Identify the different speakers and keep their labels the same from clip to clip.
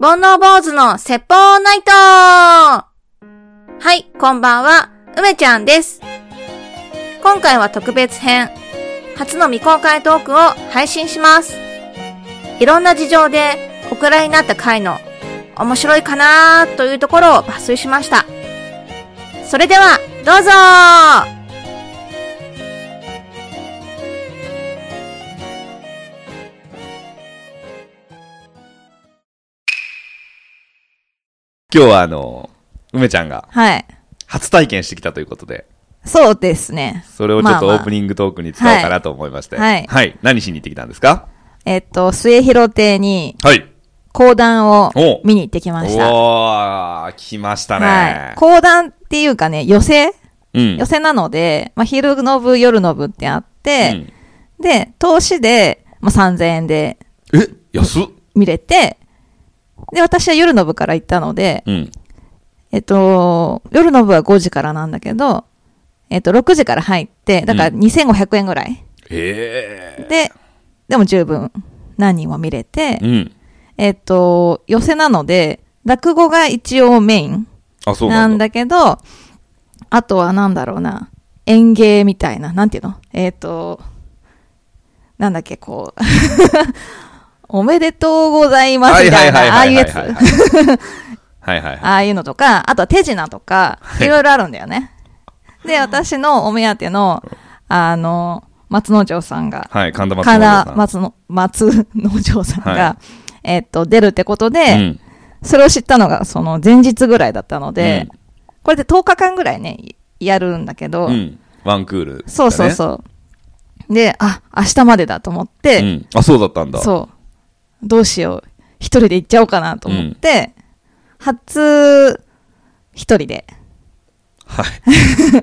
Speaker 1: 煩悩坊主の説法ナイトはい、こんばんは、梅ちゃんです。今回は特別編、初の未公開トークを配信します。いろんな事情でお蔵になった回の面白いかなーというところを抜粋しました。それでは、どうぞ
Speaker 2: 今日はあの、梅ちゃんが
Speaker 3: はい。
Speaker 2: 初体験してきたということで、
Speaker 3: そうですね。
Speaker 2: それをちょっとオ
Speaker 3: まあまあ
Speaker 2: ープニングトークに使おうかなと思いまして。
Speaker 3: はい
Speaker 2: 何しに行ってきたんですか
Speaker 3: えっと、末広亭に
Speaker 2: はい。
Speaker 3: 講談を
Speaker 2: お
Speaker 3: 見に行ってきました。
Speaker 2: おー、来ました
Speaker 3: はい
Speaker 2: ね。。
Speaker 3: 講談っていうかね、寄席
Speaker 2: うん
Speaker 3: 寄。席なので、まあ、昼の部、夜の部ってあっ
Speaker 2: う
Speaker 3: て、
Speaker 2: ん
Speaker 3: で、投資で、まあ、3000円で
Speaker 2: え安っ
Speaker 3: 見れて、で、私は夜の部から行ったので、
Speaker 2: うん。
Speaker 3: えっと、夜の部は5時からなんだけど、えっと、6時から入って、だから
Speaker 2: う
Speaker 3: 2500円ぐらい。
Speaker 2: え
Speaker 3: で、でも十分何人も見れて
Speaker 2: え。、うん。
Speaker 3: えっと、寄せなので、落語が一応メイン
Speaker 2: あ、そうな
Speaker 3: な
Speaker 2: ん
Speaker 3: ん
Speaker 2: だ。
Speaker 3: だけど、あとはなんだろうな、演芸みたいな、なんていうのえっと、なんだっけ、こう、 おめでとうございますみたいな、ああいうやつ。
Speaker 2: はい
Speaker 3: あ
Speaker 2: はいはいはい。
Speaker 3: あいうのとか、あとは手品とか、
Speaker 2: い
Speaker 3: いろいろあるんだよね。で、私のお目当ての、あの、松之丞さんが、
Speaker 2: はい、神田松
Speaker 3: か
Speaker 2: 本
Speaker 3: ら松の松之丞さんが、
Speaker 2: は
Speaker 3: えっと、出るってことで、
Speaker 2: さん。うん。
Speaker 3: それを知ったのがその前日ぐらいだったので、
Speaker 2: う
Speaker 3: これで10日間ぐらいね、やるんだけど、
Speaker 2: うん。ワンクールだね。
Speaker 3: そうそうそう。で、あ、明日までだと思って、
Speaker 2: ん。あ、そうだったんだ。
Speaker 3: そう、どうしよう、一人で行っちゃおうかなと思って、初、一人で。
Speaker 2: はい。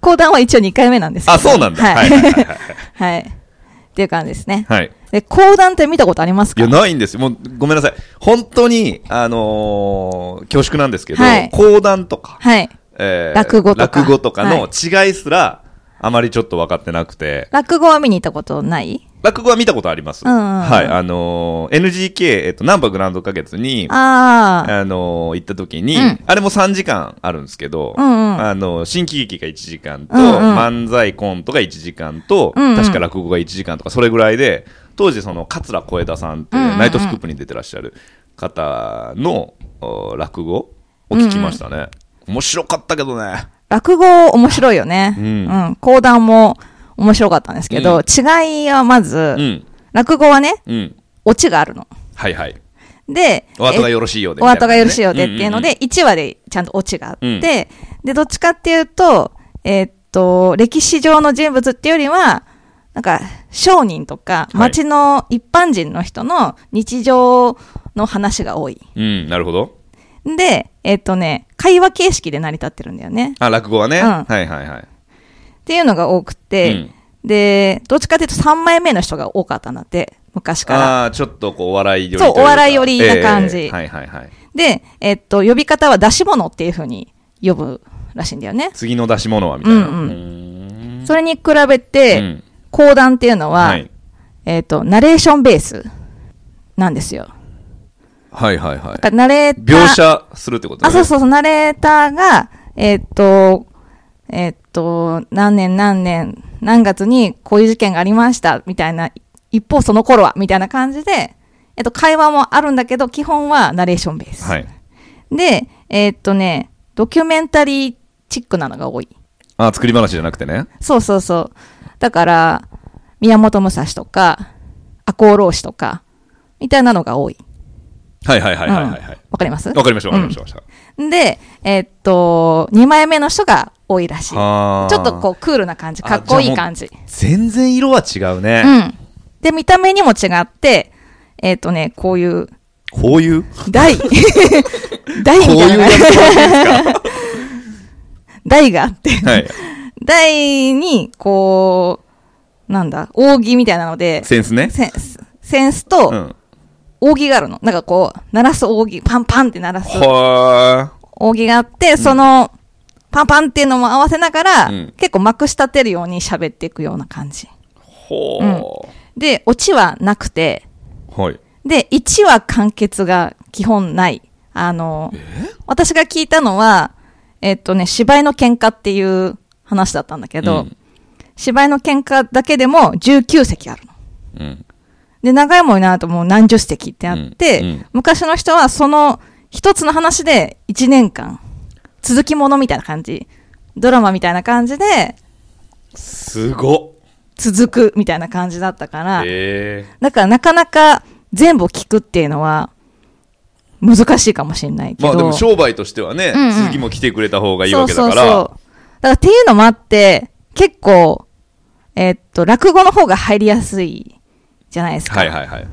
Speaker 3: 講談は一応2回目なんですけど。
Speaker 2: あ、そうなんだ。
Speaker 3: は。
Speaker 2: はいいはいはいはい。
Speaker 3: はい。っていう感じですね。
Speaker 2: はい。
Speaker 3: で、講談って見たことあります
Speaker 2: い
Speaker 3: か
Speaker 2: や、ないんですよ。もう、ごめんなさい。本当に、あのー恐縮なんですけど、
Speaker 3: はい
Speaker 2: 講談とか、
Speaker 3: はい。
Speaker 2: えー
Speaker 3: 落語とか
Speaker 2: 落語とかの違いすら、あまりちょっと分かってなくて、
Speaker 3: 落語は見に行ったことない
Speaker 2: 落語は見たことあります。
Speaker 3: うんうんうん
Speaker 2: はい。あのー NGK、えっと、ナンバグランド花月に、あ、
Speaker 3: ああ。
Speaker 2: のー行った時に、
Speaker 3: うん
Speaker 2: あれも3時間あるんですけど、
Speaker 3: うんうん
Speaker 2: あのー新喜劇が1時間と、
Speaker 3: うんうん
Speaker 2: 漫才コントが1時間と、
Speaker 3: うんうん
Speaker 2: 確か落語が1時間とか、それぐらいで、当時その、桂小枝さんって、
Speaker 3: うんうんうん
Speaker 2: ナイトスクープに出てらっしゃる方の、お落語を聞きましたね。面白かったけどね。
Speaker 3: 落語面白いよね。
Speaker 2: う
Speaker 3: うんん。講談も面白かったんですけど、
Speaker 2: うん
Speaker 3: 違いはまず、
Speaker 2: うん。
Speaker 3: 落語はね、
Speaker 2: うん。
Speaker 3: オチがあるの。
Speaker 2: はいはい。
Speaker 3: で、
Speaker 2: お後が
Speaker 3: え
Speaker 2: よろしいようで。
Speaker 3: お後がよろしいようでっ
Speaker 2: み
Speaker 3: て
Speaker 2: た
Speaker 3: い
Speaker 2: いうな
Speaker 3: の
Speaker 2: ね、
Speaker 3: で、1話でちゃんとオチがあって、で、どっちかっていうと、えーっと、歴史上の人物っていうよりは、なんか、商人とか、
Speaker 2: い
Speaker 3: 町の一般人の人の日常の話が多い。
Speaker 2: うんうんうんうんなるほど。
Speaker 3: で、えーっとね、会話形式で成り立ってるんだよね。
Speaker 2: あ、落語はね。
Speaker 3: うん
Speaker 2: はいはいはい。
Speaker 3: っていうのが多くて、で、どっちかというと3枚目の人が多かったんだって、昔から。
Speaker 2: ああー、ちょっとこう、お笑い寄り
Speaker 3: そう
Speaker 2: というか
Speaker 3: お笑い寄りな感じ
Speaker 2: ええはいはいはい。
Speaker 3: で、えっと、呼び方は出し物っていう風に呼ぶらしいんだよね。
Speaker 2: 次の出し物はみたいな。
Speaker 3: うんうん
Speaker 2: うーん
Speaker 3: それに比べて、
Speaker 2: うん
Speaker 3: 講談っていうのは、
Speaker 2: はい
Speaker 3: えっと、ナレーションベースなんですよ。
Speaker 2: はいはいは
Speaker 3: だからナレー
Speaker 2: い。
Speaker 3: ター。
Speaker 2: 描写するってこと
Speaker 3: あ、そう
Speaker 2: う。
Speaker 3: そうそう、ナレーターが、えっと、えっと、何年何年、何月にこういう事件がありました、みたいな、一方その頃は、みたいな感じで、えっと、会話もあるんだけど、基本はナレーションベース。
Speaker 2: はい。
Speaker 3: で、えーっとね、ドキュメンタリーチックなのが多い。
Speaker 2: あ、作り話じゃなくてね。
Speaker 3: そうそうそう。だから、宮本武蔵とか、赤穂浪士とか、みたいなのが多い。
Speaker 2: はいはいはいはいはいは
Speaker 3: うん
Speaker 2: い。
Speaker 3: わかります
Speaker 2: わかりましたわかりましたわかりまし
Speaker 3: で、えーっと、2枚目の人が多いらし
Speaker 2: た。
Speaker 3: い。ちょ
Speaker 2: はー
Speaker 3: っとこう、クールな感じ、
Speaker 2: あ
Speaker 3: かっこいい感じ。
Speaker 2: 全然色は違う
Speaker 3: う
Speaker 2: ね。
Speaker 3: ん。で、見た目にも違って、えーっとね、こういう、
Speaker 2: こういう
Speaker 3: 台 台みたいなの
Speaker 2: こういう
Speaker 3: が 台があって。
Speaker 2: はい。
Speaker 3: 台に、こう、なんだ、扇みたいなので、
Speaker 2: センスね。
Speaker 3: センス、センス
Speaker 2: う
Speaker 3: と
Speaker 2: ん。
Speaker 3: 扇があるの。なんかこう、鳴らす扇、パンパンって鳴らす
Speaker 2: は
Speaker 3: 扇があって、その、パンパンっていうのも合わせながら、
Speaker 2: うん
Speaker 3: 結構まくし立てるように喋っていくような感じ。
Speaker 2: ー。ほー。
Speaker 3: で、オチはなくて、
Speaker 2: はい。
Speaker 3: で、1は完結が基本ない。あの、私が聞いたのは、えっとね、芝居の喧嘩っていう話だったんだけ
Speaker 2: う
Speaker 3: ど、
Speaker 2: ん
Speaker 3: 芝居の喧嘩だけでも19席あるの。
Speaker 2: うん
Speaker 3: で、長いもんになるともう何十席ってあって、
Speaker 2: うんうん
Speaker 3: 昔の人はその一つの話で1年間、続きものみたいな感じ、ドラマみたいな感じです
Speaker 2: ごっ
Speaker 3: 続くみたいな感じだったから、
Speaker 2: え
Speaker 3: だからなかなか全部を聞くっていうのは難しいかもしれない
Speaker 2: え
Speaker 3: けど。
Speaker 2: まあでも商売としてはね、
Speaker 3: うんうん
Speaker 2: 鈴木も来てくれた方がいいわけだから
Speaker 3: そうそうそう。だからっていうのもあって、結構、えっと、落語の方が入りやすいじゃないですか。
Speaker 2: はいはいはい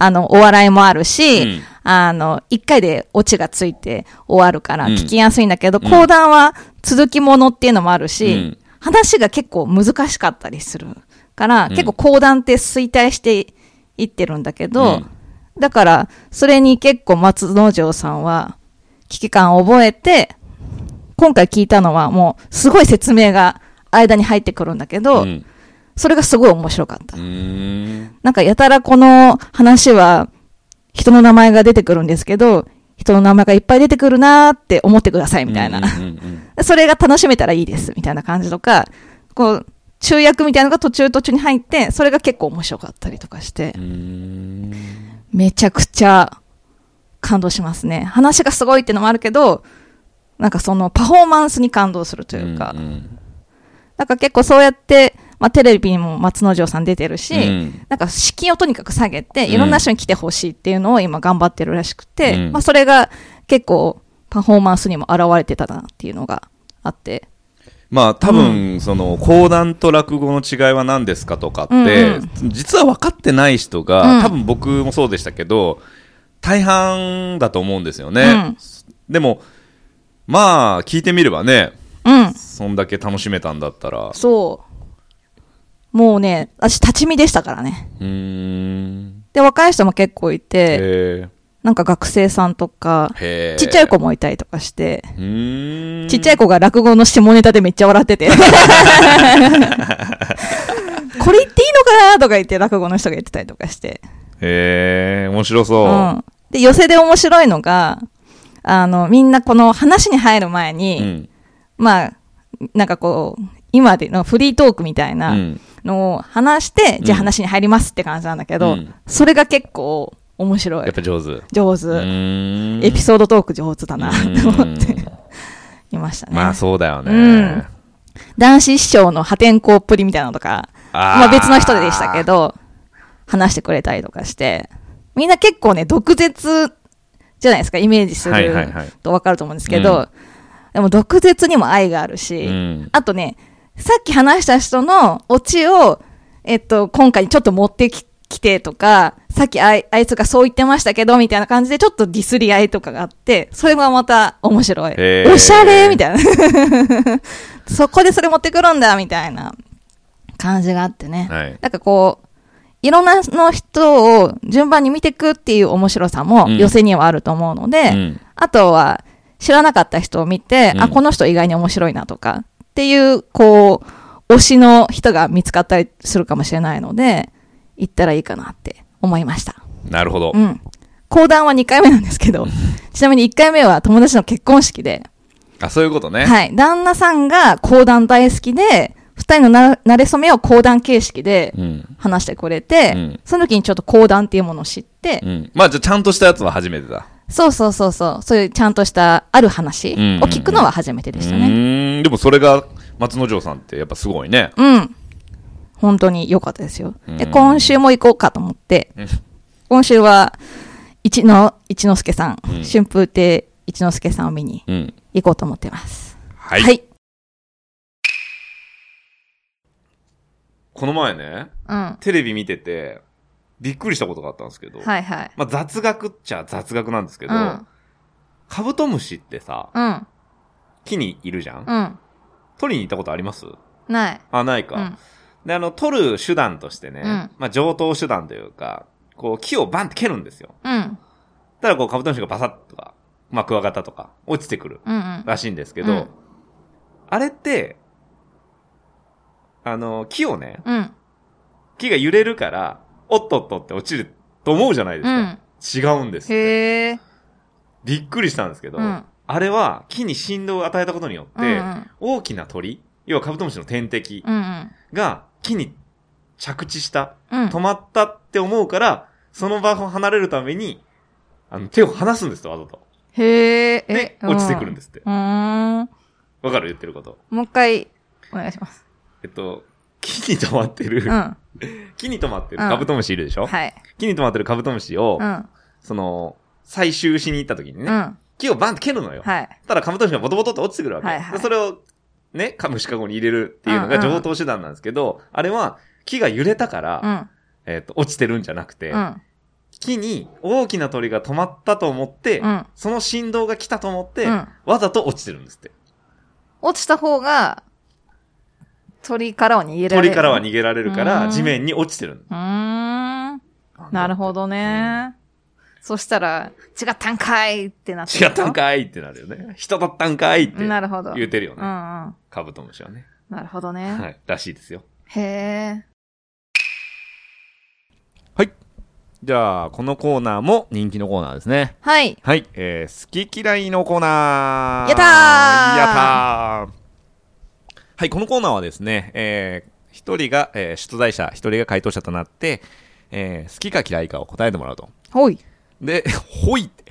Speaker 3: あの、お笑いもあるし、
Speaker 2: うん
Speaker 3: あの、一回でオチがついて終わるから
Speaker 2: うん
Speaker 3: 聞きやすいんだけど、
Speaker 2: うん
Speaker 3: 講談は続きものっていうのもあるし、
Speaker 2: うん
Speaker 3: 話が結構難しかったりするから、
Speaker 2: ん
Speaker 3: 結構講談って衰退していってるんだけど、
Speaker 2: うん
Speaker 3: だから、それに結構松之丞さんは危機感を覚えて、今回聞いたのはもうすごい説明が間に入ってくるんだけど、
Speaker 2: うん
Speaker 3: それがすごい面白かった
Speaker 2: う。ーん
Speaker 3: なんかやたらこの話は人の名前が出てくるんですけど、人の名前がいっぱい出てくるなーって思ってくださいみたいな。
Speaker 2: うんうんうん
Speaker 3: それが楽しめたらいいですみたいな感じとか、こう、中役みたいなのが途中途中に入って、それが結構面白かったりとかして
Speaker 2: う、んうーん
Speaker 3: めちゃくちゃ感動しますね。話がすごいってのもあるけど、なんかそのパフォーマンスに感動するというか、
Speaker 2: うんうん
Speaker 3: なんか結構そうやって、まあテレビにも松之丞さん出てるし、
Speaker 2: うん
Speaker 3: なんか敷居をとにかく下げて、
Speaker 2: うん
Speaker 3: いろんな人に来てほしいっていうのを今頑張ってるらしくて、
Speaker 2: うん
Speaker 3: まあそれが結構パフォーマンスにも現れてたなっていうのがあって。
Speaker 2: まあ多分、その講談と落語の違いは何ですかとかって、
Speaker 3: うん
Speaker 2: 実は分かってない人が、
Speaker 3: うん
Speaker 2: 多分僕もそうでしたけど大半だと思うんですよね、でもまあ聞いてみればね
Speaker 3: うん。うん。
Speaker 2: そんだけ楽しめたんだったら
Speaker 3: そう。もうね、私立ち見でしたからね。
Speaker 2: うーん
Speaker 3: で、若い人も結構いて、
Speaker 2: へ
Speaker 3: なんか学生さんとか、
Speaker 2: え
Speaker 3: ちっちゃい子もいたりとかして、
Speaker 2: うーん
Speaker 3: ちっちゃい子が落語の下ネタでめっちゃ笑っ てて。これ言っていいのかなとか言って落語の人が言ってたりとかして。
Speaker 2: へえ面白そう、
Speaker 3: うん。で、寄席で面白いのが、あの、みんなこの話に入る前
Speaker 2: う
Speaker 3: に、
Speaker 2: ん
Speaker 3: まあ、なんかこう、今でのフリートークみたいなのを話して、
Speaker 2: うん
Speaker 3: じゃあ話に入りますって感じなんだけ
Speaker 2: う
Speaker 3: ど、
Speaker 2: ん
Speaker 3: それが結構面白
Speaker 2: やっ
Speaker 3: い。
Speaker 2: ぱ上手
Speaker 3: 上手。
Speaker 2: うーん
Speaker 3: エピソードトーク上手だな
Speaker 2: うん
Speaker 3: と思って いましたね。
Speaker 2: まあそうだよね、
Speaker 3: うん男子師匠の破天荒っぷりみたいなのとか、まあ別の人でしたけど、話してくれたりとかして、みんな結構ね、毒舌じゃないですか、イメージす
Speaker 2: はいはい
Speaker 3: る
Speaker 2: はい
Speaker 3: とわかると思うんですけど、
Speaker 2: うん
Speaker 3: でも毒舌にも愛があるし、
Speaker 2: うん
Speaker 3: あとね、さっき話した人のオチを、えっと、今回ちょっと持ってききてとか、さっきあいあいつがそう言ってましたけど、みたいな感じでちょっとディスり合いとかがあって、それがまた面白い。
Speaker 2: へー
Speaker 3: おしゃれみたいな。 そこでそれ持ってくるんだみたいな感じがあってね。
Speaker 2: はい
Speaker 3: なんかこう、いろんなの人を順番に見ていくっていう面白さも
Speaker 2: うん
Speaker 3: 寄せにはあると思うので、
Speaker 2: うん
Speaker 3: あとは知らなかった人を見て、
Speaker 2: うん
Speaker 3: あ、この人意外に面白いなとかっていう、こう、推しの人が見つかったりするかもしれないので、行ったらいいかなって思いました。
Speaker 2: なるほど、
Speaker 3: うん。講談は2回目なんで すけど、ちなみに1回目は友達の結婚式で、
Speaker 2: あそういうことね、
Speaker 3: はい。旦那さんが講談大好きで、二人のな、馴れ初めを講談形式で
Speaker 2: うん
Speaker 3: 話してくれて、
Speaker 2: うん
Speaker 3: その時にちょっと講談っていうものを知って、
Speaker 2: うん、まあじゃあちゃんとしたやつは初めてだ
Speaker 3: そうそうそうそう、そういうちゃんとしたある話を聞くのは初めてでした
Speaker 2: う
Speaker 3: ね。
Speaker 2: ーんでもそれが松之丞さんってやっぱすごいね
Speaker 3: うん。本当に良かったですよ。で、
Speaker 2: うん
Speaker 3: 今週も行こうかと思って、
Speaker 2: うん
Speaker 3: 今週は、一の、一之助さん、
Speaker 2: うん
Speaker 3: 春風亭一之助さんを見に
Speaker 2: うん
Speaker 3: 行こうと思ってます。
Speaker 2: はい、
Speaker 3: はい。
Speaker 2: この前ね
Speaker 3: うん。
Speaker 2: テレビ見ててびっくりしたことがあったんですけど、
Speaker 3: はいはい。
Speaker 2: まあ、雑学っちゃ雑学なんですけど、
Speaker 3: うん。
Speaker 2: カブトムシってさ
Speaker 3: うん。
Speaker 2: 木にいるじゃん、
Speaker 3: うん。
Speaker 2: 取りに行ったことあります
Speaker 3: ない。
Speaker 2: あないか、
Speaker 3: うん。
Speaker 2: であの取る手段としてね、
Speaker 3: うん
Speaker 2: まあ、上等手段というかこう木をバンって蹴るんですよ
Speaker 3: うん。
Speaker 2: ただこうカブトムシがバサッとか、まあ、クワガタとか落ちてくる
Speaker 3: うんうん。
Speaker 2: らしいんですけど、
Speaker 3: うん
Speaker 2: あれって、あの、木をね、
Speaker 3: うん。
Speaker 2: 木が揺れるから、おっとっとって落ちると思うじゃないで
Speaker 1: う
Speaker 2: す
Speaker 1: ん
Speaker 2: か。違うんです。
Speaker 1: へえ。
Speaker 2: びっくりしたんですけど、
Speaker 1: うん
Speaker 2: あれは木に振動を与えたことによって、
Speaker 1: うんうん
Speaker 2: 大きな鳥、要はカブトムシの天敵
Speaker 1: うんうん。
Speaker 2: が木に着地した、
Speaker 1: うん
Speaker 2: 止まったって思うから、その場を離れるために、あの、手を離すんですと、わざと。
Speaker 1: へえ。。
Speaker 2: で、落ちてくるんですすって。
Speaker 1: うーん。
Speaker 2: わかる言ってること。
Speaker 1: もう一回、お願いします。
Speaker 2: えっと、木に止まってる、
Speaker 1: うん。は
Speaker 2: 木に止まってる
Speaker 1: うん
Speaker 2: カブトムシいるでしょ、
Speaker 1: い。
Speaker 2: 木に止まってるカブトムシを、
Speaker 1: うん。
Speaker 2: その、採集しに行った時に
Speaker 1: う
Speaker 2: ね、
Speaker 1: ん。
Speaker 2: 木をバンって蹴るのよ。
Speaker 1: はい。
Speaker 2: ただカブトムシがボトボトって落ちてくるわけ。
Speaker 1: はいはい
Speaker 2: でそれを、ね、カムシカゴに入れるっていうのが
Speaker 1: うんうん
Speaker 2: 上等手段なんですけど、あれは木が揺れたから、
Speaker 1: うん。
Speaker 2: えっ、と、落ちてるんじゃなくて、
Speaker 1: うん。
Speaker 2: 木に大きな鳥が止まったと思って、
Speaker 1: うん。
Speaker 2: その振動が来たと思って、
Speaker 1: うん
Speaker 2: わざと落ちてるんですって。
Speaker 1: 落ちた方が、鳥からは逃げられる。
Speaker 2: 鳥からは逃げられるか
Speaker 1: う
Speaker 2: ら、
Speaker 1: ん
Speaker 2: 地面に落ちてる。
Speaker 1: うーん。なるほどね。そしたら、違ったんかいってなって。
Speaker 2: 違ったんかいってなるよね。人だったんかいって
Speaker 1: なるほど。
Speaker 2: 言うてるよ
Speaker 1: うんう
Speaker 2: ね。
Speaker 1: ん。
Speaker 2: カブトムシはね。
Speaker 1: なるほどね。
Speaker 2: はい。らしいですよ。
Speaker 1: へえ。
Speaker 2: じゃあ、このコーナーも人気のコーナーですね。
Speaker 1: はい。
Speaker 2: はい、えー好き嫌いのコーナー
Speaker 1: やったー
Speaker 2: やったーはい、このコーナーはですね、えー、一人が、えー出題者、一人が回答者となって、えー好きか嫌いかを答えてもらうと。
Speaker 3: ほい。
Speaker 2: で、 ほいって。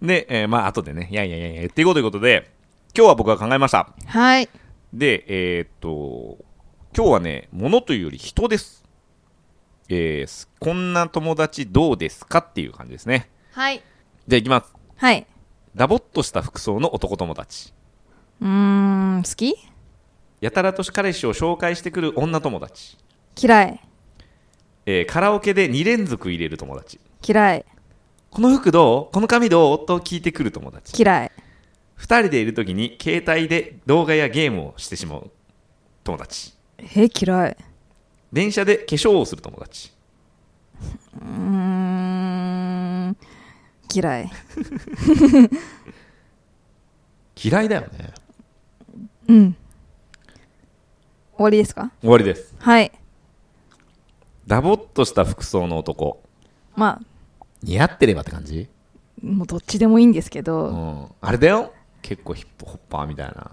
Speaker 2: で、えーまあ、後でね、いやいやいやいや、言っていこうということで、今日は僕が考えました。
Speaker 3: はい。
Speaker 2: で、えーっと、今日はね、物というより人です。えーすこんな友達どうですかっていう感じですね。
Speaker 1: はい。
Speaker 2: じゃあ行きます。
Speaker 3: はい。
Speaker 2: ダボっとした服装の男友達
Speaker 3: うーん、好き
Speaker 2: やたらと彼氏を紹介してくる女友達、
Speaker 3: 嫌い。
Speaker 2: えーカラオケで2連続入れる友達
Speaker 3: 嫌い。
Speaker 2: この服どうこの髪どうと聞いてくる友達
Speaker 3: 嫌い。
Speaker 2: 2人でいる時に携帯で動画やゲームをしてしまう友達
Speaker 3: え、嫌い。
Speaker 2: 電車で化粧をする友達
Speaker 3: うーん、嫌い。
Speaker 2: 嫌いだよね
Speaker 3: うん。終わりですか
Speaker 2: 終わりです
Speaker 3: はい。
Speaker 2: ダボっとした服装の男
Speaker 3: ま
Speaker 2: 似合ってればって感じ、
Speaker 3: あ、もうどっちでもいいんですけ
Speaker 2: う
Speaker 3: ど、
Speaker 2: ん、あれだよ結構ヒップホッパーみたいな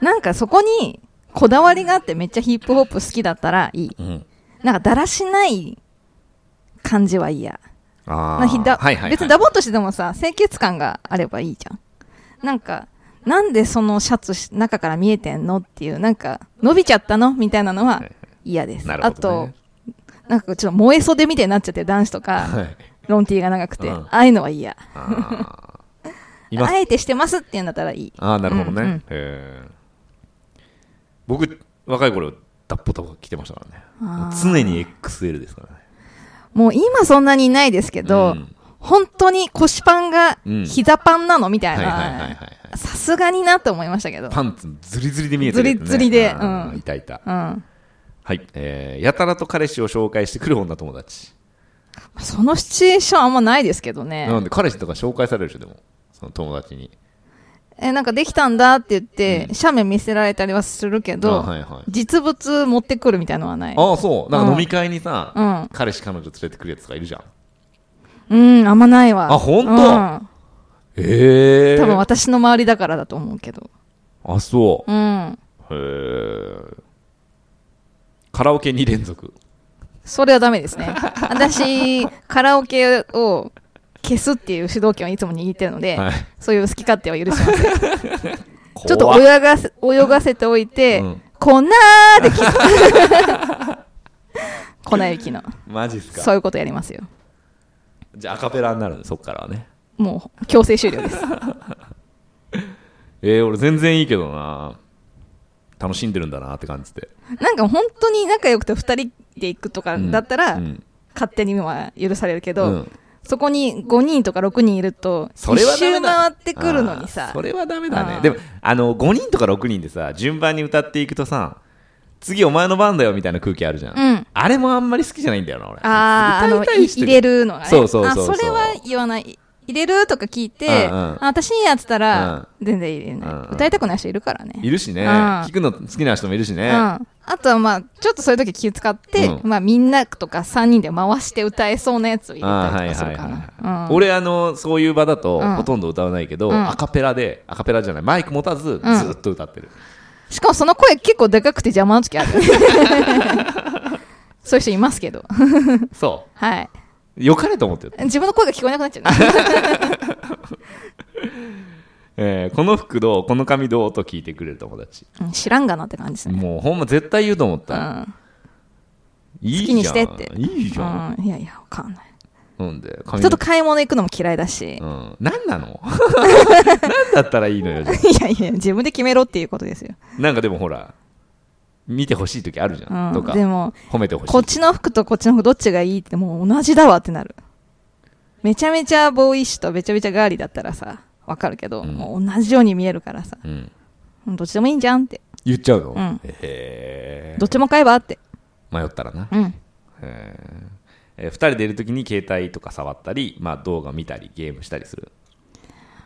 Speaker 3: なんかそこにこだわりがあってめっちゃヒップホップ好きだったらいい。
Speaker 2: うん
Speaker 3: なんかだらしない感じは嫌。
Speaker 2: あ
Speaker 3: な
Speaker 2: あ
Speaker 3: ひだ
Speaker 2: はいはいはい、
Speaker 3: 別にダボっとしててもさ、清潔感があればいいじゃん。なんか、なんでそのシャツし中から見えてんのっていう、なんか、伸びちゃったのみたいなのは嫌です。
Speaker 2: なる
Speaker 3: あ
Speaker 2: ほど、
Speaker 3: と
Speaker 2: ね、、
Speaker 3: なんかちょっと燃え袖みたいになっちゃってる男子とか、
Speaker 2: はい
Speaker 3: ロンティーが長くて、
Speaker 2: うん
Speaker 3: ああいうのは嫌。
Speaker 2: あーいます
Speaker 3: あえてしてますっていうんだったらいい。
Speaker 2: ああ、なるほどね。
Speaker 3: うんうん
Speaker 2: えー僕、若い頃、ダッポダボ着てましたからね。も
Speaker 3: あ
Speaker 2: う
Speaker 3: ー
Speaker 2: 常に XL ですからね。
Speaker 3: もう今そんなにいないですけ
Speaker 2: う
Speaker 3: ど、
Speaker 2: ん
Speaker 3: 本当に腰パンが
Speaker 2: うん
Speaker 3: 膝パンなのみたい
Speaker 2: はいはいはいはい
Speaker 3: な、
Speaker 2: はい。
Speaker 3: さすがになって思いましたけど。
Speaker 2: パンツズリズリで見えてるやつ、ね。
Speaker 3: ズリズリで
Speaker 2: あー
Speaker 3: うん
Speaker 2: いたいた。
Speaker 3: うん。
Speaker 2: はい。えー、やたらと彼氏を紹介してくる女友達。
Speaker 3: そのシチュエーションあんまないですけどね。
Speaker 2: なんで、彼氏とか紹介されるでしょ、でも。その友達に。
Speaker 3: え、なんかできたんだって言って、写メ見せられたりはするけど、
Speaker 2: あーはいはい。
Speaker 3: 実物持ってくるみたいのはない。
Speaker 2: ああ、そう。なんか飲み会にさ、
Speaker 3: うん
Speaker 2: 彼氏彼女連れてくるやつがいるじゃん。
Speaker 3: うん、あんまないわ。
Speaker 2: あほんと
Speaker 3: うん
Speaker 2: ええー。
Speaker 3: 多分私の周りだからだと思うけど。
Speaker 2: あ、そう。
Speaker 3: うん。
Speaker 2: へーカラオケ2連続。
Speaker 3: それはダメで すね。私、カラオケを消すっていう主導権をいつも握ってるので、
Speaker 2: はい
Speaker 3: そういう好き勝手は許しませ ん。ち
Speaker 2: ち
Speaker 3: ょっと泳がせ、泳がせておいて、
Speaker 2: うん
Speaker 3: こんなーで聞 く。粉雪の。
Speaker 2: マジっす
Speaker 3: そう
Speaker 2: か
Speaker 3: いうことやりますよ。
Speaker 2: じゃあアカペラになるねそっからはね
Speaker 3: もう、強制終了です。
Speaker 2: えー、俺全然いいけどな楽しんでるんだなって感じで
Speaker 3: なんか本当に仲良くて二人で行くとかだったら、
Speaker 2: うん
Speaker 3: 勝手には許されるけ
Speaker 2: う
Speaker 3: ど、
Speaker 2: ん
Speaker 3: そこに5人とか6人いると、
Speaker 2: それは
Speaker 3: 一
Speaker 2: ダメ
Speaker 3: 周
Speaker 2: だ
Speaker 3: 回ってくるのに
Speaker 2: あー
Speaker 3: さ
Speaker 2: そ、れはダメだ
Speaker 3: あ
Speaker 2: ね
Speaker 3: ー
Speaker 2: でもあの5人とか6人でさ順番に歌っていくとさ次お前の番だよみたいな空気あるじゃん、
Speaker 3: うん
Speaker 2: あれもあんまり好きじゃないんだよな俺
Speaker 3: ああ、あの、
Speaker 2: 歌いた
Speaker 3: い
Speaker 2: いして
Speaker 3: 入れるのがね。
Speaker 2: そうそうそうそう
Speaker 3: あそれは言わない。入れるとか聞いて、
Speaker 2: うんうん
Speaker 3: あ私にやってたら、全然入れ
Speaker 2: うん
Speaker 3: な
Speaker 2: うん
Speaker 3: い。歌いたくない人いるから
Speaker 2: い
Speaker 3: ね。
Speaker 2: るしね
Speaker 3: うん
Speaker 2: 聞くの好きな人もいるしね、
Speaker 3: うんあとはまあ、ちょっとそういう時気使って、
Speaker 2: う
Speaker 3: まあみんなとか3人で回して歌えそうなやつを入
Speaker 2: あーはいは
Speaker 3: れたりとかする
Speaker 2: い
Speaker 3: か
Speaker 2: はい。
Speaker 3: な。
Speaker 2: 俺、あの、そういう場だと、
Speaker 3: うん
Speaker 2: ほとんど歌わないけど、
Speaker 3: うん
Speaker 2: アカペラで、アカペラじゃない、マイク持たず、ず
Speaker 3: うん
Speaker 2: ーっと歌ってる。
Speaker 3: うんしかもその声結構でかくて邪魔な時あ る。そういう人いますけど。
Speaker 2: そ
Speaker 3: はい。
Speaker 2: う。よかれと思ってる。
Speaker 3: 自分の声が聞こえなくなっちゃうね。
Speaker 2: えーこの服どうこの髪どうと聞いてくれる友達。
Speaker 3: うん知らんがなって感じですね。
Speaker 2: もうほんま絶対言うと思っ
Speaker 3: う
Speaker 2: た。
Speaker 3: ん。
Speaker 2: いい
Speaker 3: 好きに
Speaker 2: じゃ
Speaker 3: し
Speaker 2: ん。
Speaker 3: てって
Speaker 2: いいじゃん。
Speaker 3: うんいやいや、わかんない。
Speaker 2: なんで、髪
Speaker 3: 人と買い物行くのも嫌いだし。
Speaker 2: うん。何な の何だったらいいのよ、じゃあ
Speaker 3: いやいや、自分で決めろっていうことですよ。
Speaker 2: なんかでもほら、見てほしい時あるじゃん。
Speaker 3: う
Speaker 2: と
Speaker 3: ん。
Speaker 2: か、
Speaker 3: でも、
Speaker 2: 褒めてほしい。
Speaker 3: こっちの服とこっちの服どっちがいいってもう同じだわってなる。めちゃめちゃボーイッシュとめちゃめちゃガーリーだったらさ、わかるけど、
Speaker 2: うん
Speaker 3: もう同じように見えるからさ、
Speaker 2: うん。
Speaker 3: うんどっちでもいいんじゃんって。
Speaker 2: 言っちゃうの、
Speaker 3: うん
Speaker 2: へえ。
Speaker 3: どっちも買えばって。
Speaker 2: 迷ったらな。
Speaker 3: うん。
Speaker 2: へーえー、2人でいる時に携帯とか触ったり、まあ、動画見たりゲームしたりする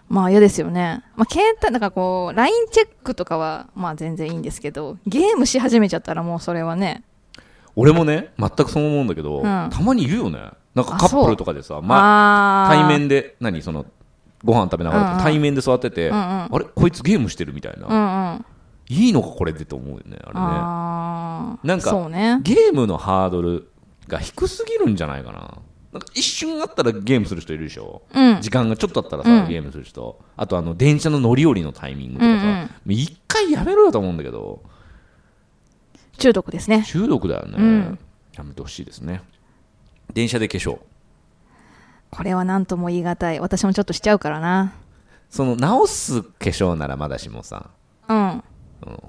Speaker 3: まあ嫌ですよね。まあ携帯、なんかこう、LINE チェックとかは、まあ全然いいんですけど、ゲームし始めちゃったらもうそれはね、
Speaker 2: 俺もね全くそう思うんだけど、
Speaker 3: うん
Speaker 2: たまにいるよねなんかカ
Speaker 3: あ
Speaker 2: ップ
Speaker 3: そ
Speaker 2: ル
Speaker 3: う
Speaker 2: とかでさ、まあ、
Speaker 3: ま
Speaker 2: 対面で何そのご飯食べながらとか
Speaker 3: うんうん
Speaker 2: 対面で座ってて、
Speaker 3: うんうん
Speaker 2: あれこいつゲームしてるみたいな、
Speaker 3: うんうん。
Speaker 2: いいのかこれでと思うよねあ
Speaker 3: ああ。
Speaker 2: なんか
Speaker 3: そうね
Speaker 2: れ。ねゲームのハードルが低すぎるんじゃないかななんか一瞬あったらゲームする人いるでしょ、
Speaker 3: うん。
Speaker 2: 時間がちょっとあったらさ、
Speaker 3: うん
Speaker 2: ゲームする人あとあの電車の乗り降りのタイミングとかさ、
Speaker 3: うんうん
Speaker 2: もう一回やめろよと思うんだけど
Speaker 3: 中毒ですね。
Speaker 2: 中毒だよね、
Speaker 3: うん
Speaker 2: やめてほしいですね電車で化粧
Speaker 3: これは何とも言い難い。私もちょっとしちゃうからな。
Speaker 2: その直す化粧ならまだしもさ、
Speaker 3: うん。
Speaker 2: うん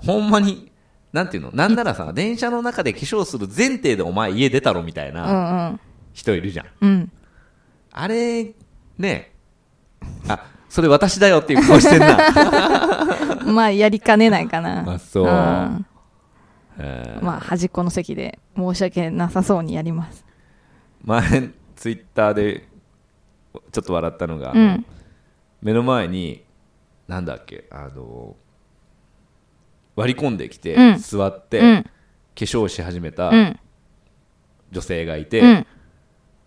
Speaker 2: ほんまになんていうのなんならさ電車の中で化粧する前提でお前家出たろみたい
Speaker 3: うんう。
Speaker 2: なん人いるじゃん、
Speaker 3: うん。
Speaker 2: あれねあそれ私だよっていう顔してん な
Speaker 3: まあ、やりかねない かな。
Speaker 2: あそう
Speaker 3: うん
Speaker 2: えー
Speaker 3: まあ、端っこの席で申し訳なさそうにやります。
Speaker 2: 前ツイッターでちょっと笑ったのが、
Speaker 3: うん。
Speaker 2: 目の前になんだっけあの割り込んできて、
Speaker 3: うん
Speaker 2: 座って、
Speaker 3: うん
Speaker 2: 化粧し始めた
Speaker 3: うん。
Speaker 2: 女性がいうて、
Speaker 3: ん。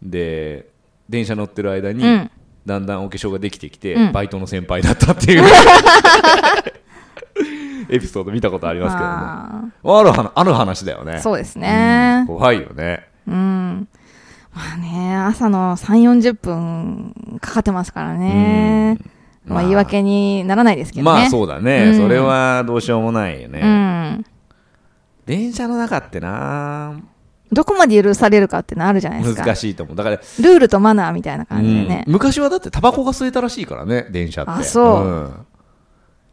Speaker 2: で電車乗ってる間に、
Speaker 3: うん
Speaker 2: だんだんお化粧ができてきて、
Speaker 3: うん
Speaker 2: バイトの先輩だったっていう エピソード見たことありますけどねあ
Speaker 3: あ
Speaker 2: る話ある話だよね
Speaker 3: ーそうですね。
Speaker 2: 怖いよね
Speaker 3: うん。まあね、朝の3、40分かかってますからね。
Speaker 2: ま
Speaker 3: ま
Speaker 2: あ
Speaker 3: あ、言い訳にならないですけどね。
Speaker 2: まあそうだね、
Speaker 3: うん
Speaker 2: それはどうしようもないよね、
Speaker 3: うん。
Speaker 2: 電車の中ってな
Speaker 3: どこまで許されるかってのあるじゃないですか。
Speaker 2: 難しいと思うだから
Speaker 3: ルールとマナーみたいな感じでね
Speaker 2: うん。昔はだってタバコが吸えたらしいからね電車って
Speaker 3: あそうん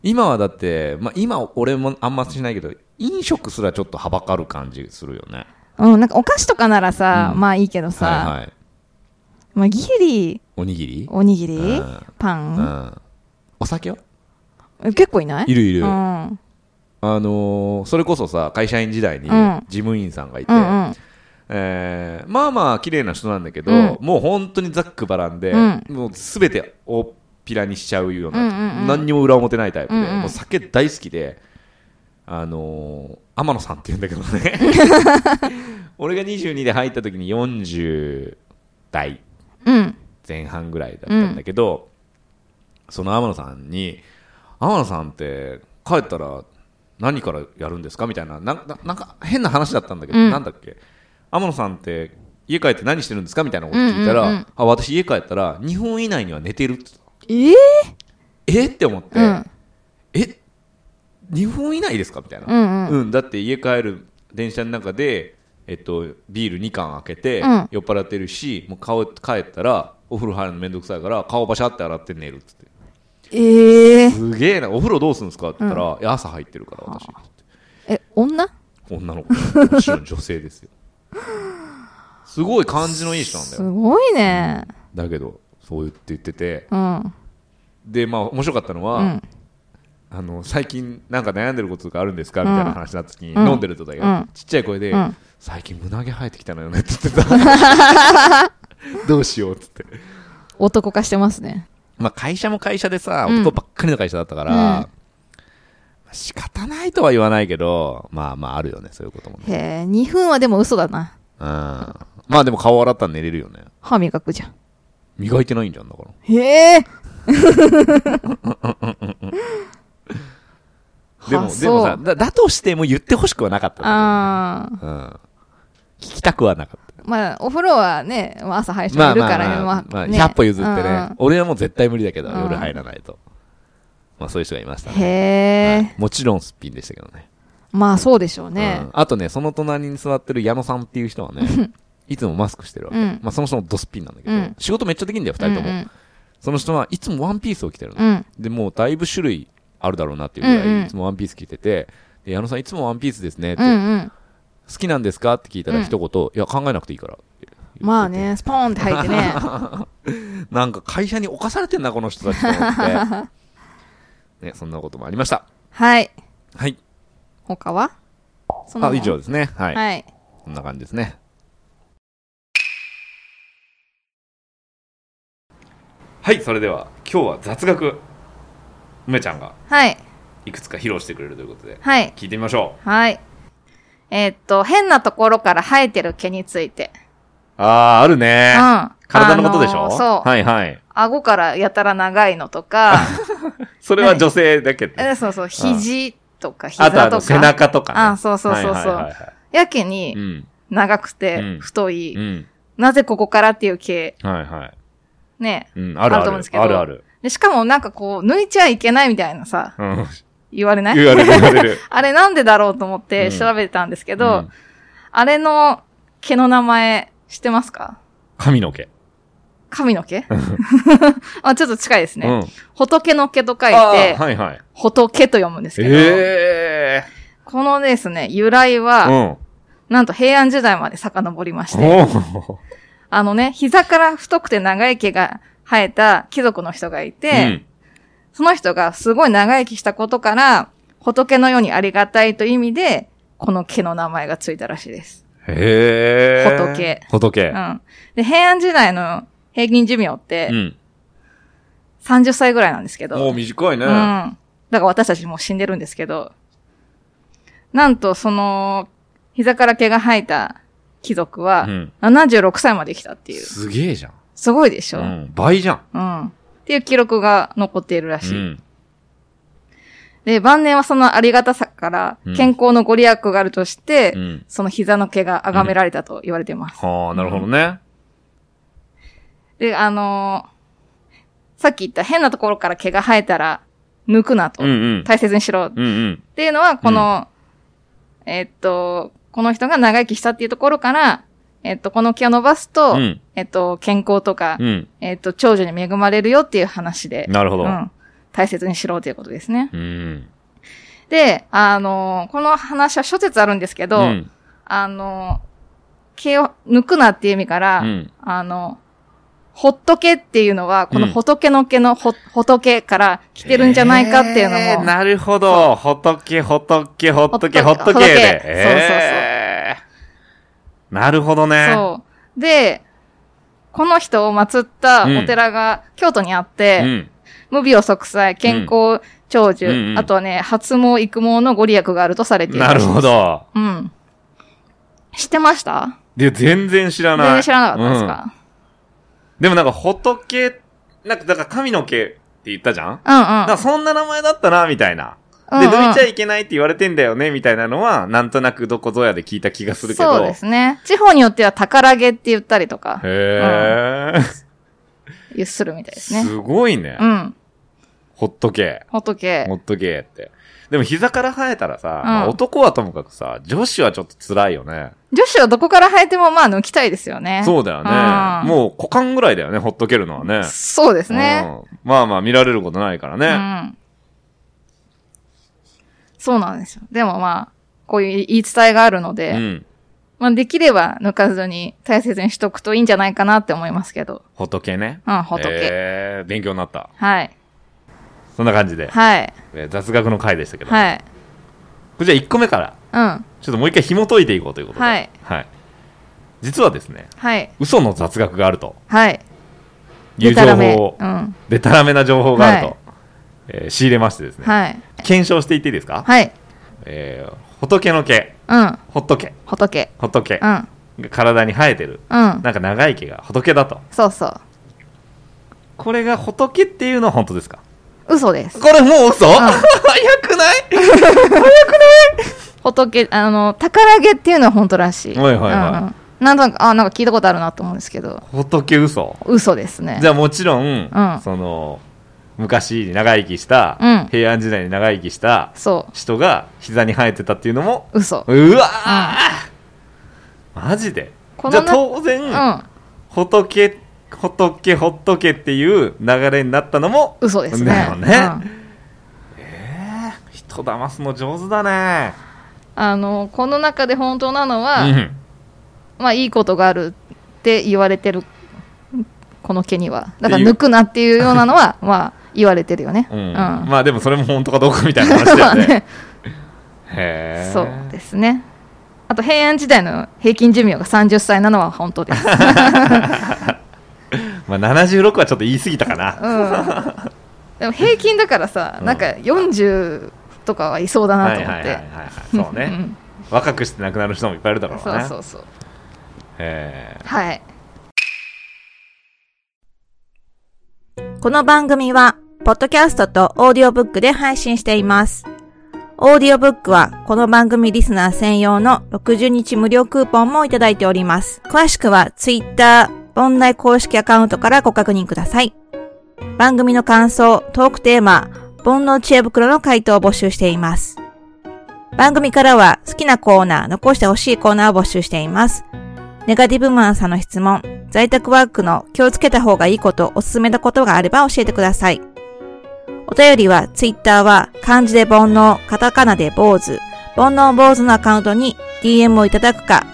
Speaker 2: 今はだって、まあ、今俺もあんましないけど飲食すらちょっとはばかる感じするよね
Speaker 3: うん、なんかお菓子とかならさ、
Speaker 2: うん
Speaker 3: まあいいけどさ、
Speaker 2: はいはい
Speaker 3: まあギリ、
Speaker 2: おにぎり
Speaker 3: おにぎり、
Speaker 2: うん
Speaker 3: パ
Speaker 2: う
Speaker 3: ン、
Speaker 2: んお酒は
Speaker 3: え結構いない
Speaker 2: いるいる、
Speaker 3: うん。う
Speaker 2: あ
Speaker 3: ん
Speaker 2: のーそれこそさ会社員時代に
Speaker 3: うん
Speaker 2: 事務員さんがいて、
Speaker 3: うん。
Speaker 2: えーまあまあ綺麗な人なんだけど、
Speaker 3: うん
Speaker 2: もう本当にざっくばらんで、
Speaker 3: うん
Speaker 2: もう全て大っぴらにしちゃうような、
Speaker 3: うんうんうん
Speaker 2: 何にも裏表ないタイプで、
Speaker 3: うんうん
Speaker 2: もう酒大好きで、あのー天野さんって言うんだけど ね俺が22で入った時に40代
Speaker 3: うん。
Speaker 2: 前半ぐらいだったんだけど、その天野さんに天野さんって帰ったら何からやるんですかみたいななななんか変な話だったんだけど、
Speaker 3: うん
Speaker 2: なんだっけ天野さんって家帰って何してるんですかみたいなこと聞いたら、
Speaker 3: うんうんうん
Speaker 2: あ私家帰ったら2分以内には寝てるって
Speaker 3: ええ
Speaker 2: えって思って、
Speaker 3: うん。
Speaker 2: え2分以内ですかみたいな、
Speaker 3: うんうん。
Speaker 2: うん、だって家帰る電車の中で、えっと、ビール2缶開けて、
Speaker 3: うん
Speaker 2: 酔っ払ってるしもう顔帰ったらお風呂入るのめんどくさいから顔バシャって洗って寝るっつって
Speaker 3: ええ
Speaker 2: すげえなお風呂どうするんですかって言ったら、いや朝入ってるから私
Speaker 3: え、女
Speaker 2: 女の子もちろん女性ですよすごい感じのいい人なんだ
Speaker 3: す
Speaker 2: よ
Speaker 3: ごいね。
Speaker 2: だけどそう言って言ってて
Speaker 3: うん。
Speaker 2: でまあ面白かったのは、
Speaker 3: うん。
Speaker 2: あの最近なんか悩んでることとかあるんですかみたいな話になった時に、
Speaker 3: うん
Speaker 2: 飲んでるとだけど、
Speaker 3: うん
Speaker 2: ちっちゃい声で、
Speaker 3: うん
Speaker 2: 最近胸毛生えてきたのよねって言って たどうしようっつって
Speaker 3: 男化してますね。
Speaker 2: まあ会社も会社でさ
Speaker 3: うん
Speaker 2: 男ばっかりの会社だったから、
Speaker 3: うん
Speaker 2: ま仕方ないとは言わないけど、まあまああるよね、そういうこともね。
Speaker 3: へえ、2分はでも嘘だな。
Speaker 2: うん。まあでも顔洗ったら寝れるよね。
Speaker 3: 歯磨くじゃん。
Speaker 2: 磨いてないんじゃんだから。
Speaker 3: へ え。
Speaker 2: でも、
Speaker 3: あ
Speaker 2: でもさ
Speaker 3: そう
Speaker 2: だ、だとしても言ってほしくはなかったん
Speaker 3: ああ。
Speaker 2: だけどね、うん。聞きたくはなかった。
Speaker 3: まあ、お風呂はね、まあ朝配信いるからね。
Speaker 2: まあまあまあ、まあ
Speaker 3: ね
Speaker 2: 100歩譲って
Speaker 3: う
Speaker 2: ね
Speaker 3: ん。
Speaker 2: 俺はもう絶対無理だけど、
Speaker 3: うん
Speaker 2: 夜入らないと。まあそういう人がいました
Speaker 3: へ
Speaker 2: ね。はい
Speaker 3: え。
Speaker 2: もちろんすっぴんでしたけどね。
Speaker 3: まあ、そうでしょうね
Speaker 2: うん。あとね、その隣に座ってる矢野さんっていう人は ね、いつもマスクしてるわけ。
Speaker 3: うん
Speaker 2: まあその人もドスピンなんだけど、
Speaker 3: うん
Speaker 2: 仕事めっちゃできるんだよ、二人とも。
Speaker 3: うん
Speaker 2: その人はいつもワンピースを着てるの。
Speaker 3: うん。
Speaker 2: でもうだいぶ種類あるだろうなっていうぐらい、
Speaker 3: うんうん
Speaker 2: いつもワンピース着てて、で矢野さんいつもワンピースですねって、
Speaker 3: うんうん。
Speaker 2: 好きなんですかって聞いたら
Speaker 3: うん
Speaker 2: 一言、いや考えなくていいからって言ってて
Speaker 3: まあね、スポーンって入って ね。
Speaker 2: なんか会社に侵されてんなこの人たちと思 って、ね、そんなこともありました
Speaker 3: はい。
Speaker 2: はい
Speaker 3: 他はそんな
Speaker 2: あ
Speaker 3: もん
Speaker 2: 以上ですねはい、
Speaker 3: はい。
Speaker 2: こんな感じですねはいそれでは今日は雑学梅ちゃんが
Speaker 3: はい。
Speaker 2: いくつか披露してくれるということで
Speaker 3: はい。
Speaker 2: 聞いてみましょう
Speaker 3: はい。えーっと、変なところから生えてる毛について。
Speaker 2: あーあるね
Speaker 3: うん。
Speaker 2: 体のことでし
Speaker 3: あ
Speaker 2: ょ
Speaker 3: のーそう。
Speaker 2: はいはい。
Speaker 3: 顎からやたら長いの とか、
Speaker 2: それは女性だけど。
Speaker 3: えそうそう、肘とか膝
Speaker 2: あ
Speaker 3: とか。
Speaker 2: とあの背中とかね。
Speaker 3: あそうそうそうそう
Speaker 2: はいはいはいはい
Speaker 3: やけ
Speaker 2: う
Speaker 3: に、
Speaker 2: ん。
Speaker 3: 長く
Speaker 2: う
Speaker 3: て
Speaker 2: ん、
Speaker 3: 太い、
Speaker 2: うん。
Speaker 3: なぜここからっていう毛、
Speaker 2: はいはい。
Speaker 3: ね。
Speaker 2: うん。ある
Speaker 3: ある
Speaker 2: あ
Speaker 3: と思うん
Speaker 2: る
Speaker 3: です。けど
Speaker 2: あるある。
Speaker 3: で、しかもなんかこう、抜いちゃいけないみたいなさ、
Speaker 2: うん。
Speaker 3: 言われない
Speaker 2: 言われる言われる。
Speaker 3: あれなんでだろうと思って
Speaker 2: うん
Speaker 3: 調べたんですけ
Speaker 2: け
Speaker 3: ど、あれの毛の名前知ってますか
Speaker 2: 髪の毛。
Speaker 3: 神の毛 あちょっと近いです
Speaker 2: うん
Speaker 3: ね。。仏の毛と書い
Speaker 2: あ
Speaker 3: て
Speaker 2: ー、はいはい。
Speaker 3: 仏と読むんですけど、
Speaker 2: え
Speaker 3: このですね、由来
Speaker 2: え。う
Speaker 3: は、
Speaker 2: ん。
Speaker 3: なんと平安時代まで遡りまして、
Speaker 2: おー
Speaker 3: あのね、膝から太くて長い毛が生えた貴族の人がいて、
Speaker 2: うん
Speaker 3: その人がすごい長生きしたことから、仏のようにありがたいという意味で、この毛の名前がついたらしいです。
Speaker 2: へえ。
Speaker 3: 仏。う
Speaker 2: 仏。
Speaker 3: ん。で、平安時代の平均寿命って
Speaker 2: う、ん。
Speaker 3: 30歳ぐらいなんですけど、
Speaker 2: もう短いね。
Speaker 3: うん。だから私たちもう死んでるんですけど、なんとその、膝から毛が生えた貴族は
Speaker 2: う、ん
Speaker 3: 76歳まで来たっていう。
Speaker 2: すげえじゃん。
Speaker 3: すごいでし
Speaker 2: う
Speaker 3: ょ、うん、
Speaker 2: ん。倍じゃん。
Speaker 3: っていう記録が残っているら
Speaker 2: う
Speaker 3: しい。
Speaker 2: ん。
Speaker 3: で、晩年はそのありがたさから
Speaker 2: うん
Speaker 3: 健康のご利益があるとして、
Speaker 2: うん。
Speaker 3: その膝の毛が崇められたと言われてます。
Speaker 2: はあ、なるほどね。
Speaker 3: で、あのーさっき言った変なところから毛が生えたら抜くなと。
Speaker 2: うんうん。
Speaker 3: 大切にしろっ
Speaker 2: うんうん。
Speaker 3: ていうのは、この、えっと、この人が長生きしたっていうところから、えっと、この毛を伸ばすと、
Speaker 2: うん。
Speaker 3: えっと、健康とか、
Speaker 2: うん。
Speaker 3: えっと、長寿に恵まれるよっていう話で、
Speaker 2: なるほど。
Speaker 3: うん、大切にしろということですね。
Speaker 2: うん。
Speaker 3: で、あのーこの話は諸説あるんですけど、
Speaker 2: うん
Speaker 3: あの、毛を抜くなっていう意味から、
Speaker 2: うん
Speaker 3: あの、ほっとけっていうのは、この
Speaker 2: うん
Speaker 3: 仏の毛のほ、仏から来てるんじゃないかっていうのも、
Speaker 2: えーなるほど。仏、仏、仏、
Speaker 3: ほっとけ
Speaker 2: 仏
Speaker 3: そうそ
Speaker 2: で
Speaker 3: うそ。う
Speaker 2: えーなるほどね。
Speaker 3: そう。で、この人を祀ったお寺が京都にあって、
Speaker 2: うん。
Speaker 3: 無病息災、健康長寿、
Speaker 2: うんうん
Speaker 3: あとはね、発毛育毛のご利益があるとされている。
Speaker 2: なるほ。ど。
Speaker 3: うん。知ってました
Speaker 2: で、全然知ら
Speaker 3: 全
Speaker 2: ない。
Speaker 3: 然知らなかったです
Speaker 2: うん
Speaker 3: か、
Speaker 2: でもなんか仏、なんか、だから神の毛って言ったじゃん
Speaker 3: うん、うん
Speaker 2: なんかそんな名前だったな、みたいな。で、
Speaker 3: うんうん
Speaker 2: 抜いちゃいけないって言われてんだよね、みたいなのは、なんとなくどこぞやで聞いた気がするけど。
Speaker 3: そうですね。地方によっては宝毛って言ったりとか。
Speaker 2: へー。
Speaker 3: ゆっするみたいですね。
Speaker 2: すごいね
Speaker 3: う。ん。
Speaker 2: 仏。
Speaker 3: 仏。
Speaker 2: ほっとけって。でも膝から生えたらさ、
Speaker 3: うん
Speaker 2: まあ男はともかくさ、女子はちょっと辛いよね。
Speaker 3: 女子はどこから生えてもまあ抜きたいですよね。
Speaker 2: そうだよね。
Speaker 3: うん
Speaker 2: もう股間ぐらいだよね、ほっとけるのはね。
Speaker 3: そうですね。
Speaker 2: うんまあまあ見られることないから
Speaker 3: う
Speaker 2: ね。
Speaker 3: ん。そうなんですよ。でもまあ、こういう言い伝えがあるの
Speaker 2: う
Speaker 3: で、
Speaker 2: ん。
Speaker 3: まあできれば抜かずに大切にしとくといいんじゃないかなって思いますけど。
Speaker 2: 仏ね。
Speaker 3: うん、仏。
Speaker 2: えー勉強になった。
Speaker 3: はい。
Speaker 2: そんな感じで、
Speaker 3: はい。
Speaker 2: えー雑学の回でしたけど。こ
Speaker 3: はい。
Speaker 2: れじゃあ1個目から、
Speaker 3: うん。
Speaker 2: ちょっともう一回紐解いていこうということで。
Speaker 3: はい
Speaker 2: 実はですね、
Speaker 3: はい。
Speaker 2: 嘘の雑学があると
Speaker 3: はい。
Speaker 2: いう
Speaker 3: でた
Speaker 2: 情
Speaker 3: らめ
Speaker 2: 報を
Speaker 3: う、ん。
Speaker 2: でたらめな情報があると。えー仕入れましてですね、
Speaker 3: はい。
Speaker 2: 検証していっていいですか、
Speaker 3: はい。
Speaker 2: えー仏の毛
Speaker 3: うん。
Speaker 2: 仏
Speaker 3: 仏。
Speaker 2: 仏
Speaker 3: う
Speaker 2: が
Speaker 3: ん。
Speaker 2: 体に生えてる、
Speaker 3: うん。
Speaker 2: なんか長い毛が仏だと
Speaker 3: そうそう。
Speaker 2: これが仏っていうのは本当ですか
Speaker 3: 嘘です。
Speaker 2: これもう嘘、
Speaker 3: ん
Speaker 2: 早くない
Speaker 3: 仏、あの、宝毛っていうのは本当らしい。
Speaker 2: はいはいはい
Speaker 3: うんうんなんとなく、あ、なんか聞いたことあるなと思うんですけど、
Speaker 2: 仏嘘
Speaker 3: 嘘ですね。
Speaker 2: じゃあもちろん、
Speaker 3: ん
Speaker 2: その昔に長生きした、
Speaker 3: うん
Speaker 2: 平安時代に長生きした
Speaker 3: そ
Speaker 2: 人が膝に生えてたっていうのも
Speaker 3: う。嘘。
Speaker 2: うわー、マジで
Speaker 3: こ
Speaker 2: じゃ
Speaker 3: の
Speaker 2: あ
Speaker 3: な
Speaker 2: 当然、
Speaker 3: うん。
Speaker 2: 仏仏仏っていう流れになったのも
Speaker 3: 嘘ですね。
Speaker 2: だよね、
Speaker 3: うん
Speaker 2: 人騙すの上手だね
Speaker 3: あの、この中で本当なのは、
Speaker 2: うん
Speaker 3: まあ、いいことがあるって言われてる、この毛には。だか
Speaker 2: っ
Speaker 3: ら、
Speaker 2: ていう
Speaker 3: 抜くなっていうような のは、まあ、言われてるよね。
Speaker 2: うん
Speaker 3: うん
Speaker 2: まあでもそれも本当かどうかみたいな話だよ
Speaker 3: まあ
Speaker 2: ね
Speaker 3: ね
Speaker 2: へえ
Speaker 3: そうですね。あと、平安時代の平均寿命が30歳なのは本当です。
Speaker 2: まあ76はちょっと言い過ぎたかな
Speaker 3: うんでも平均だからさ、
Speaker 2: うん
Speaker 3: なんか40とかはいそうだなと思
Speaker 2: はい
Speaker 3: っ
Speaker 2: はいはい
Speaker 3: て
Speaker 2: はいはいそうね、若くして亡くなる人もいっぱいいるだろうね
Speaker 3: そうそうそう
Speaker 2: へえ
Speaker 3: はい
Speaker 1: この番組は、ポッドキャストとオーディオブックで配信しています。オーディオブックは、この番組リスナー専用の60日無料クーポンもいただいております。詳しくは、ツイッター、オンライン公式アカウントからご確認ください。番組の感想、トークテーマ、煩悩知恵袋の回答を募集しています。番組からは、好きなコーナー、残してほしいコーナーを募集しています。ネガティブマンさんの質問、在宅ワークの気をつけた方がいいこと、おすすめなことがあれば教えてください。お便りは、ツイッターは、漢字で煩悩、カタカナで坊主、煩悩坊主のアカウントに DM をいただくか、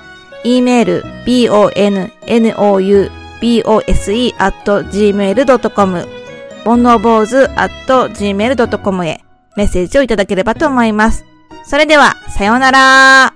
Speaker 1: e メール、bonnoubose gmail.com、煩悩坊主 gmail.com へメッセージをいただければと思います。それでは、さようなら